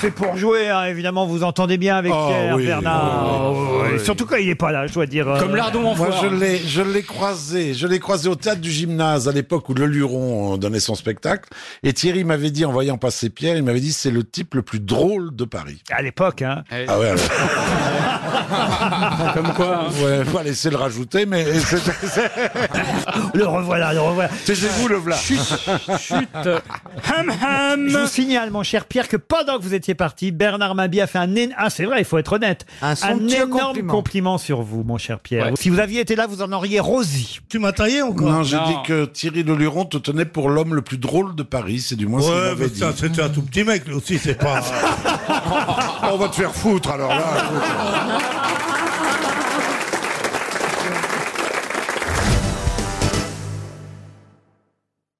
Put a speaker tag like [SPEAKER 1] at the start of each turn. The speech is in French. [SPEAKER 1] C'est pour jouer, hein, évidemment, vous entendez bien avec
[SPEAKER 2] Oh,
[SPEAKER 1] Pierre
[SPEAKER 2] oui,
[SPEAKER 1] Bernard.
[SPEAKER 2] oh, oui.
[SPEAKER 1] Et Surtout quand il n'est pas là, je dois dire. euh,
[SPEAKER 3] Comme l'ardon en
[SPEAKER 2] Moi,
[SPEAKER 3] foire.
[SPEAKER 2] je l'ai, je l'ai croisé. Je l'ai croisé au théâtre du gymnase à l'époque où Le Luron euh, donnait son spectacle. Et Thierry m'avait dit, en voyant passer Pierre, il m'avait dit, c'est le type le plus drôle de Paris.
[SPEAKER 1] À l'époque, hein.
[SPEAKER 2] Ah ouais, ouais.
[SPEAKER 3] Comme quoi hein.
[SPEAKER 2] ouais faut pas laisser le rajouter, mais c'est-
[SPEAKER 1] Le revoilà, le revoilà.
[SPEAKER 2] taisez-vous le v'là.
[SPEAKER 3] Chut Ham
[SPEAKER 1] Je
[SPEAKER 3] ham
[SPEAKER 1] vous signale, mon cher Pierre, que pendant que vous étiez parti, Bernard Mabi a fait un énorme... Ah, c'est vrai, il faut être honnête.
[SPEAKER 4] Un somptueux
[SPEAKER 1] énorme compliment.
[SPEAKER 4] compliment.
[SPEAKER 1] sur vous, mon cher Pierre. Si vous aviez été là, vous en auriez rosi.
[SPEAKER 5] Tu m'as taillé encore
[SPEAKER 2] Non, j'ai
[SPEAKER 3] Non.
[SPEAKER 2] dit que Thierry Le Luron te tenait pour l'homme le plus drôle de Paris. C'est du moins ce qu'il
[SPEAKER 5] Ouais,
[SPEAKER 2] m'avait
[SPEAKER 5] mais
[SPEAKER 2] dit.
[SPEAKER 5] ça, c'était un tout petit mec, lui aussi, c'est pas...
[SPEAKER 2] Ah, on va te faire foutre alors là.